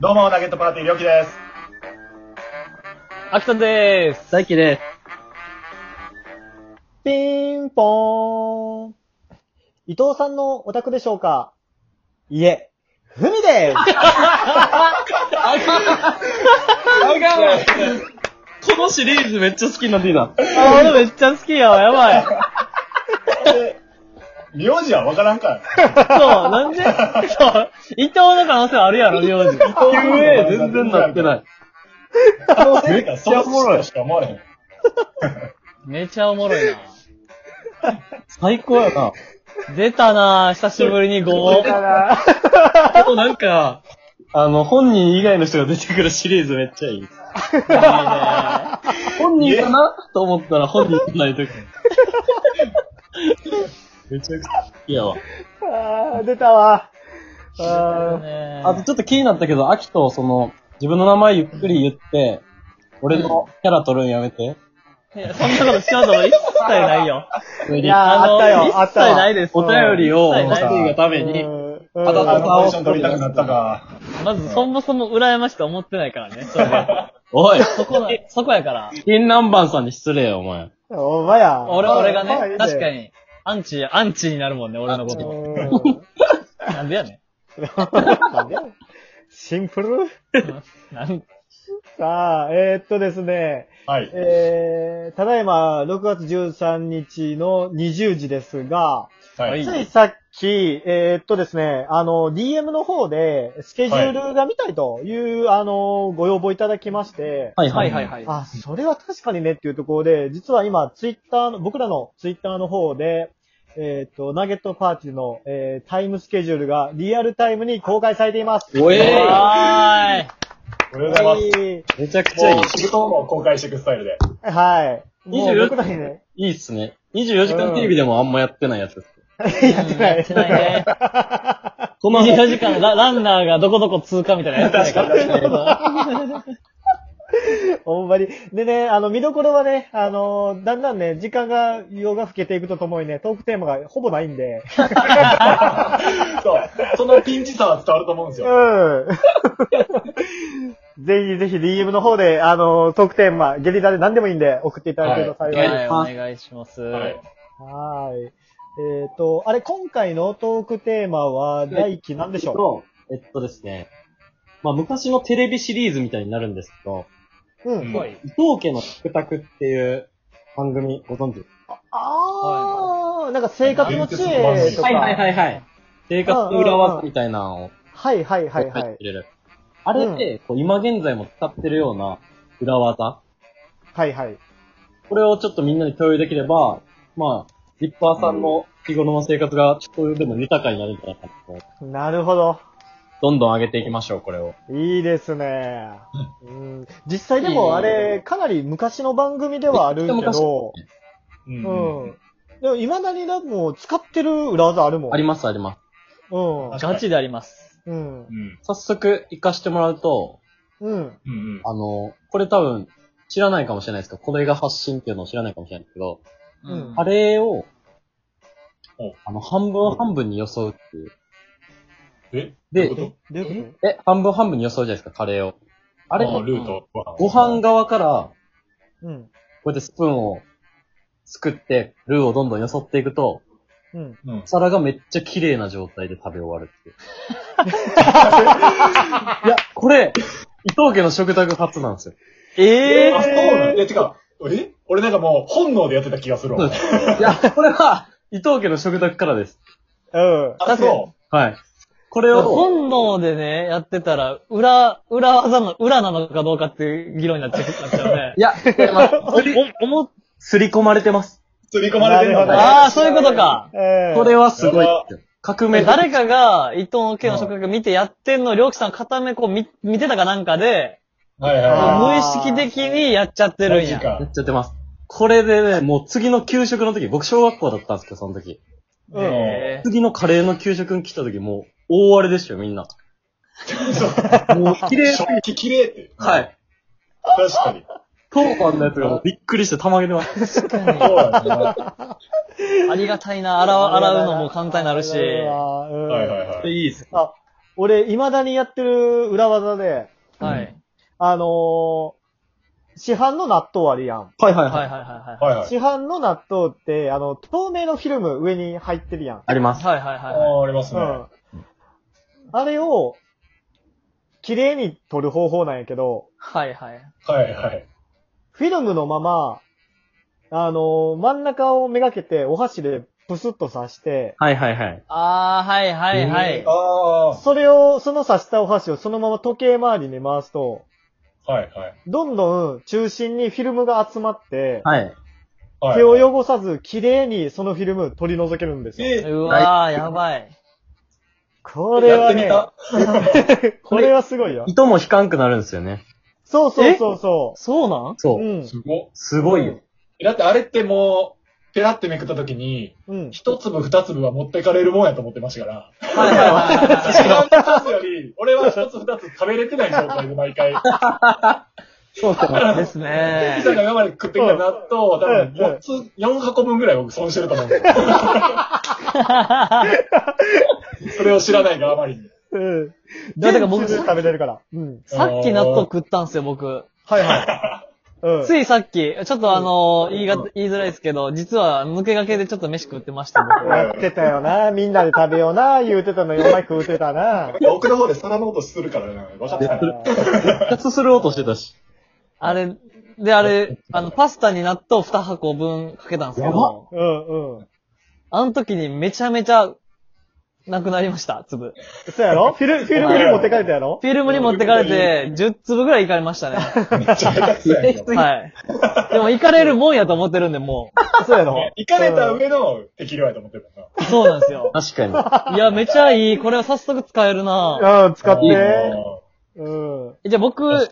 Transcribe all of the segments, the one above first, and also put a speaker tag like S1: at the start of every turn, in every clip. S1: どうも、ナゲットパーティー、りょうき です。
S2: アキさんでーす。
S3: 大輝です。
S4: ピンポーン。伊藤さんのお宅でしょうかいえ、ふみです
S3: あかんあかんこのシリーズめっちゃ好きになっていいな。
S4: あ、俺めっちゃ好きやわ、やばい。
S1: 名字はわからんから。
S4: そう、なん でそう、伊藤の可能性あるやろ、名字。
S3: QA 全然なってない。
S1: めっちゃおもろい。しか思われへん。
S4: めちゃおもろいな。
S3: 最高やな。
S4: 出たなぁ、久しぶりに5。
S3: あとなんか、あの、本人以外の人が出てくるシリーズめっちゃいい。いいね本人かなと思ったら本人じゃない とき。めちゃくちゃ好きやわ。
S4: あー、出たわ。あ
S3: あとちょっと気になったけど、アキとその、自分の名前ゆっくり言って、俺のキャラ取るんやめて。
S4: いやそんなことしようとも一切ない よ。
S3: い
S4: いやー、あったよ、あったわ。
S2: 一切ないです
S3: お便りを、
S4: 一切
S3: 欲
S4: ない
S3: し
S1: さ
S3: いがために、
S4: うん
S3: ただ
S1: あのポジション取りたくなったか。
S4: まずそもそも羨ましく思ってない からね、それで
S3: おい、
S4: そこな、そこやから。
S3: 銀南蛮さんに失礼よ、お前。
S2: お前や。
S4: 俺、俺がね、確か
S2: に。
S4: に、アンチ、アンチになるもんね、俺のこと。なんでやね
S2: なんでシンプル
S4: ん。なん
S2: さあ、えー、っとですね、
S1: はい。
S2: えー、ただいま6月13日の20時ですが、
S1: はい。
S2: ついさっき、えー、っとですね、あの、DM の方で、スケジュールが見たいという、あの、ご要望いただきまして、
S3: はい
S4: はいはいはい。
S2: あ、それは確かにねっていうところで、実は今、ツイッターの、僕らのツイッターの方で、えっ、と、ナゲットパーティーの、えータイムスケジュールがリアルタイムに公開されています。
S3: おえー
S4: はーい。
S1: おめでとうござい
S2: はい
S3: めちゃくちゃい
S1: ます。もう、仕事も公開していくスタイルで。
S2: はい。もう
S3: 24
S2: 僕らにね、
S3: い。いいっすね。24時間テレビでもあんまやってないやつ。
S4: やってない。やってないね。
S3: この
S4: 24時間ラ、ランナーがどこどこ通過みたいなやつだから。
S2: ほんまに。でね、あの、見どころはね、あのーだんだんね、時間が、夜が更けていくとともにね、トークテーマがほぼないんで、
S1: そう。そのピンチさは伝わると思うんですよ。
S2: うん。 ぜひぜひ DM の方で、あの、トークテーマ、ゲリラで何でもいいんで送っていただけると幸いです。
S4: はい、お願いします。
S1: はい。
S2: はい。えっ、と、あれ、今回のトークテーマは、大輝なんでしょ
S3: えっとですね。まあ、昔のテレビシリーズみたいになるんですけど、
S2: うう
S1: うん
S2: ん。
S1: はい
S3: 伊藤家のタクタクっていう番組ご存知です
S2: あー、なんか生活の知恵とか。
S1: はい
S3: いはい。生活の裏技みたいなのを
S2: はいはいはいは
S3: 入っ
S2: い
S3: て。る。あれで、こう今現在も使ってるような裏技。
S2: はいはい。
S3: これをちょっとみんなに共有できれば、まあ、リッパーさんの日頃の生活がちょっとでも豊かになるんじゃないかなと。
S2: なるほど。
S3: どんどん上げていきましょう、これを。
S2: いいですね。うん、実際でもあれ、かなり昔の番組ではあるけ
S3: めっちゃ
S2: ど、
S1: う
S2: うん
S1: うん
S2: ん。でも未だにな、もう使ってる裏技あるもん。
S3: あります、あります。
S2: う
S1: ガチ
S4: であります。
S2: ん。うん。
S1: うん。
S3: 早速、行かしてもらうと、
S2: うん。
S1: うん。
S3: あの、これ多分、知らないかもしれないですけど、これが発信っていうのを知らないかもしれないですけど、
S2: うん
S3: カレーを
S1: お、
S3: あの、半分半分に装うっていう。
S1: えどういう
S3: で
S1: こ、と
S2: どういうこ
S3: え、半分半分に装うじゃないですか、カレーを。あれ、
S1: あルート。
S3: ご飯側から、
S2: とうん。
S3: こうやってスプーンをすくって、ルーをどんどんよそっていくと、
S2: うん。
S1: うん。
S3: お皿がめっちゃ綺麗な状態で食べ終わるっていう。 いや、これ、伊藤家の食卓初なんですよ。
S4: え
S1: あ、そうなんいや、違う。え俺なんかもう、本能でやってた気がするわ。
S3: いや、これは、伊藤家の食卓からです。
S2: うん。
S1: あ、そ
S3: はい。これを、
S4: 本能でね、やってたら、裏、裏技の、裏なのかどうかっていう議論になっちゃうなっちゃうね
S3: い。や、これますり、
S4: お、思っ、
S3: すり込まれてます。
S1: う。刷り込まれてるの
S2: なるほど
S1: ね。
S4: ああ、そういうことか。
S2: ええ
S3: これはすごい
S1: やば。
S3: 革命。
S4: 誰かが、伊藤の家の食卓見てやってんのを、りょうきさん片目こう見、見てたかなんかで、
S1: はい
S4: 無
S1: は
S2: あ
S4: 意識的にやっちゃって
S1: い。
S4: るん
S1: マジ
S4: や。
S1: か
S3: やっちゃってます。これでね、もう次の給食の時、僕小学校だったんですけど、その時。
S2: うん
S4: え
S3: 次のカレーの給食に来た時、もう大荒れでしたよ、 みんな。もう綺麗
S1: 食器綺麗って。
S3: は。い。
S1: 確かに。
S3: 当番のやつがもうびっくりしてたまげてます。
S1: そうだね。
S4: ありがたいな。洗う、洗うのも簡単になるし。は
S1: はい
S2: は。
S1: はいいは
S3: で
S1: い。
S3: いいっす。
S2: 俺、未だにやってる裏技で、
S4: い。
S2: あのー市販の納豆あるやん。
S3: はいは
S4: はい
S3: い
S4: は
S3: はい
S4: は
S3: い。
S4: いはい。
S1: はいはい。
S2: 市販の納豆って、あの、透明のフィルム上に入ってるやん。
S3: あります。
S4: はいはいはい。
S1: ああ、あります
S2: う
S1: ね。
S2: ん。あれを、綺麗に撮る方法なんやけど、
S4: はいはい。
S1: はいはい。
S2: フィルムのまま、あのー真ん中をめがけて、お箸でプスッと刺して、
S3: はいはいはい。
S4: あー、はいはいはい。
S1: あ
S2: それを、その刺したお箸をそのまま時計回りに回すと、
S1: あ、はいはい。
S2: どんどん中心にフィルムが集まって、
S3: はい。
S1: はい、
S2: 手を汚さず綺麗にそのフィルム取り除けるんですよ。
S1: え
S4: うわー、やばい。
S2: これはね、
S1: や
S2: これはすごいよ。
S3: 糸も引かんくなるんですよね。
S2: そうそうそうそ。
S4: そうなん
S3: そうう。
S2: うん
S1: すご
S3: すごいよ。
S1: い。だってあれってもう、ペラってめくった時に、
S2: うん。
S1: 一粒二粒は持ってかれるもんやと思ってましたから。
S4: はいはいはいはい。
S1: 市販の数より、俺は一つ二つ食べれてない状態で毎回。
S3: そうそう。
S4: ですね
S1: ピザが今まで食ってきた納豆を多分4つ、4箱分ぐらい僕損してると思うんですよそれを知らないがあまりに。
S2: うん。
S4: だから
S2: 全
S4: 僕
S2: 部食べれるから。うん。
S4: さっき納豆食ったんすよ、僕。
S2: はいはい。うん。
S4: ついさっき、ちょっとあのー、言いが、言いづらいですけど、実は抜けがけでちょっと飯食ってました、僕。
S2: やってたよな。みんなで食べような。言うてたのよ。お前食うてたな。
S1: 奥の方で皿の音するからね、分か ってない。
S3: 復活する音してたし。
S4: あれ、で、あれ、あの、パスタに納豆2箱分かけたんですけ
S3: やば
S4: ど、
S2: うんうん。
S4: あの時にめちゃめちゃ、なくなりました、粒。
S2: そうやろフィル、フィルムに持ってかれたやろ
S4: フィルムに持ってかれて、10粒ぐらいいかれま したね。
S1: めっちゃ下手くそやんけど。
S4: はい。でも、いかれるもんやと思ってるんで、も
S2: そうやろ
S1: 行かれた上の適量やと思ってるもんな。
S4: う。そうなんですよ。
S3: 確かに。
S4: いや、めちゃいい。これは早速使えるな
S2: うん、使っ
S1: いい
S2: て。
S1: な
S2: うん。
S4: えじゃあ僕、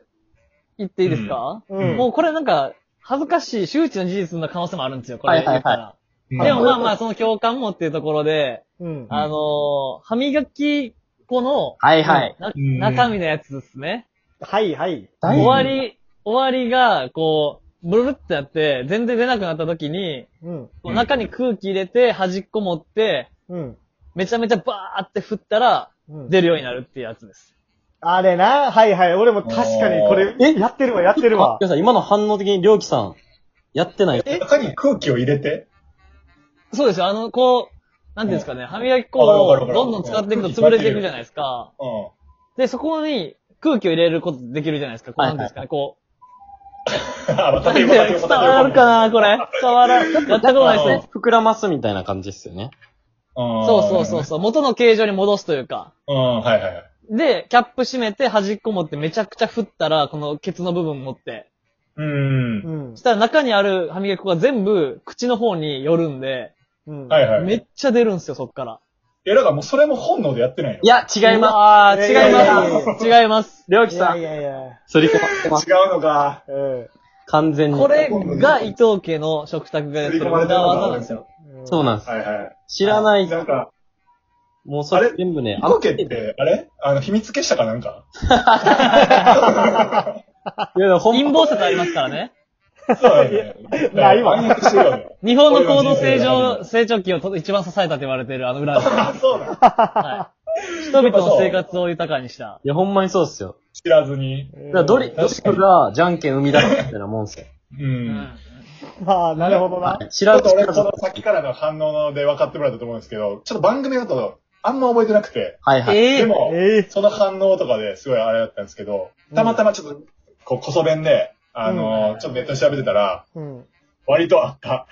S4: 言っていいですか、
S2: うんうん
S4: もうこれなんか、恥ずかしい周知の事実の可能性もあるんですよ、これ
S3: はいはいはい
S4: 言ったら。でもまあまあ、その共感もっていうところで、
S2: うん。
S4: あのー歯磨き粉の
S3: はいはい。
S4: な
S1: うん
S4: 中身のやつですね。
S2: はいはい。
S3: 大
S4: 終
S3: 事
S4: わり、終わりが、こう、ブルルってなって、全然出なくなった時に、
S2: うん。
S4: こう中に空気入れて、端っこ持って、
S2: うん。
S4: めちゃめちゃバーって振ったら、
S2: うん
S4: 出るようになるっていうやつです。
S2: あれな。はいはい。俺も確かにこれ、
S3: え
S2: やってるわ、やってるわ
S3: あ。皆さん、今の反応的に、りょうきさん、やってない
S1: え中に空気を入れて
S4: そうですよ、あの、こう、なんていうんですかね、歯磨き粉
S1: わかるわか
S4: を
S1: る
S4: どんどん使っていくと潰れていくじゃないですか。
S1: うん。
S4: で、そこに空気を入れることできるじゃないですか。こう
S3: は
S4: ないん
S3: はい
S4: ですかね、こ
S1: あ、ま
S4: う。
S1: た
S4: なんて
S1: 手
S4: い
S1: を
S4: う伝わるかな、これ。伝わ らん。やったことないですね。
S3: 膨らますみたいな感じですよね。
S4: そうそうそう
S1: う。
S4: そう。元の形状に戻すというか。
S1: うん、はいはいはい。
S4: で、キャップ閉めて端っこ持ってめちゃくちゃ振ったら、このケツの部分持って。
S1: うん
S2: う。ん
S4: そし。たら中にある歯磨き粉が全部口の方に寄るんで、
S2: うん。
S1: はいはい。
S4: めっちゃ出るんですよ、そっから。
S1: いや、だからもうそれも本能でやってないよ。
S3: いや、違います。
S4: あー、
S2: いや
S4: 違
S2: い
S4: い
S2: やいや
S4: ます。違います。
S3: りょう
S2: い
S3: きさ
S2: やい
S3: ん、
S2: やいや。
S3: すり込まれてます。
S1: 違うのか。
S2: うん。
S3: 完全に。
S4: これが伊藤家の食卓がやってる裏技なんですよ。
S3: そうなんです。
S1: はいはい。
S3: 知らない。
S1: なんか、
S3: もうそれ
S1: あれ
S3: 全部ね、
S1: あの家って、あれあの、秘密結社かなん か
S3: いやいや、ほ
S4: 陰
S3: ん
S4: 謀説ありますからね。
S1: そうやね。
S2: ないわ
S1: 暗躍してるよ ね。
S4: 日本の高度成
S1: 俺の人生の中
S4: 長、
S1: で
S4: 成長期をと一番支えたと言われているあの裏技。
S1: あ、そうなの
S4: はい。人々の生活を豊かにした。
S3: いや、ほんまにそうっすよ。
S1: 知らずに。
S3: だからドリ、ドリルがじゃんけん生み出すみたいなもんっすよ。
S1: う。
S4: うんん。
S2: まあ、なるほどな
S3: は。い知
S1: ちょ
S3: ら
S1: っ
S3: ず
S1: と
S3: 知
S1: 俺、
S3: らず
S1: こ。の先からの反応で分かってもらったと思うんですけど、ちょっと番組だと、あんま覚えてなくて。
S3: はいはい。
S4: え
S1: で
S4: え
S1: も、
S2: ええ。
S1: その反応とかですごいあれだったんですけど、たまたまちょっと、こう、こそ弁で、あのー、ちょっとネットで調べてたら、
S2: うん。
S1: 割とあった。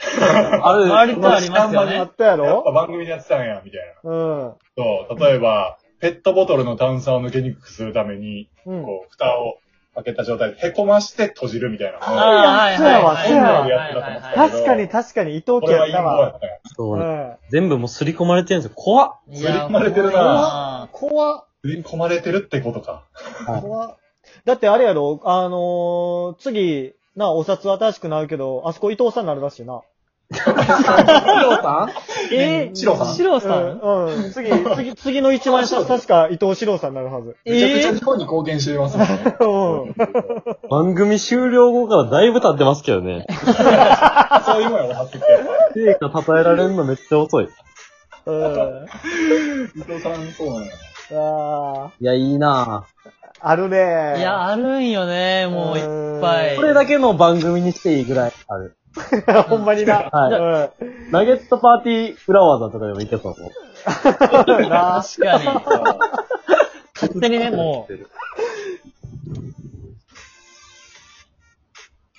S3: ある、
S4: 割とありますよ
S2: あ
S4: ね。
S2: った
S1: や
S2: や
S1: っぱ
S2: ろ
S1: 番組でやってたんや、みたいな。
S2: うん。
S1: そう、例えば、ペットボトルの炭酸を抜けにくくするために、
S2: うん。
S1: こう、蓋を開けた状態で、へこまして閉じるみたいな
S4: あ
S1: のを。
S4: あー、はいはいはい。
S2: そうやわ
S1: そうやわ
S4: はいはいは
S2: 確かに確かに伊藤
S1: こ
S2: 家
S1: れ
S2: や
S1: は
S2: っ
S1: 陰
S2: た
S1: 謀や
S2: わ。
S1: ったんや。
S3: そううね。
S2: ん。
S3: 全部もうすり込まれてるんですよ。怖っ。
S4: い。
S1: すり込まれてるな
S2: 怖っ。
S1: 吸い込まれてるってことか。
S2: 怖っ。だってあれやろあのー、次、な、お札新しくなるけど、あそこ伊藤さんになるらしいな。
S3: ヒロさん
S2: え
S1: シロさん
S4: シロさん
S2: うん、うん次、次、次の一番下、確か伊藤四郎さんになるはず。
S1: めちゃくちゃ日本に貢献してますもんね。
S2: うん。
S3: 番組終了後からだいぶ経ってますけどね。
S1: そういうもんや、俺、はっきり
S3: 成果称えられるのめっちゃ遅い。
S2: うん。
S1: 言って。伊藤さん、そうなんや。
S2: あ
S3: いや、いいなぁ。
S2: ーあるね
S4: いや、あるんよね、もういっぱい。
S3: これだけの番組にしていいぐらいある。
S2: ほんまにな。
S3: はナゲットパーティーフラワーだとかでもいけそう。
S2: うん。な
S4: 確かに。勝手にね、もう、